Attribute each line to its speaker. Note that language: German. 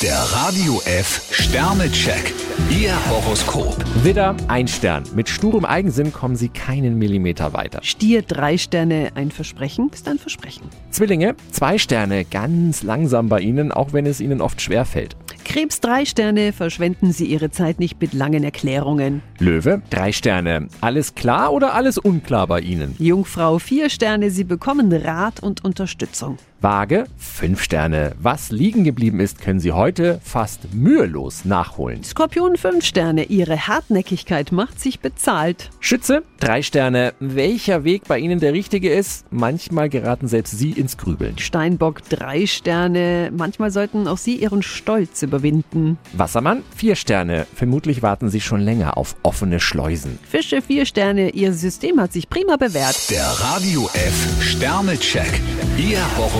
Speaker 1: Der Radio F Sternecheck. Ihr Horoskop.
Speaker 2: Widder, ein Stern. Mit sturem Eigensinn kommen Sie keinen Millimeter weiter.
Speaker 3: Stier drei Sterne, ein Versprechen ist ein Versprechen.
Speaker 2: Zwillinge, zwei Sterne. Ganz langsam bei Ihnen, auch wenn es Ihnen oft schwer fällt.
Speaker 3: Krebs drei Sterne, verschwenden Sie Ihre Zeit nicht mit langen Erklärungen.
Speaker 2: Löwe, drei Sterne. Alles klar oder alles unklar bei Ihnen?
Speaker 3: Jungfrau vier Sterne, Sie bekommen Rat und Unterstützung.
Speaker 2: Waage, fünf Sterne. Was liegen geblieben ist, können Sie heute fast mühelos nachholen.
Speaker 3: Skorpion fünf Sterne, Ihre Hartnäckigkeit macht sich bezahlt.
Speaker 2: Schütze, drei Sterne. Welcher Weg bei Ihnen der richtige ist? Manchmal geraten selbst Sie ins Grübeln.
Speaker 3: Steinbock drei Sterne, manchmal sollten auch Sie Ihren Stolz überwinden.
Speaker 2: Wassermann, vier Sterne. Vermutlich warten Sie schon länger auf offene Schleusen.
Speaker 3: Fische vier Sterne, Ihr System hat sich prima bewährt.
Speaker 1: Der Radio F Sternecheck. Ihr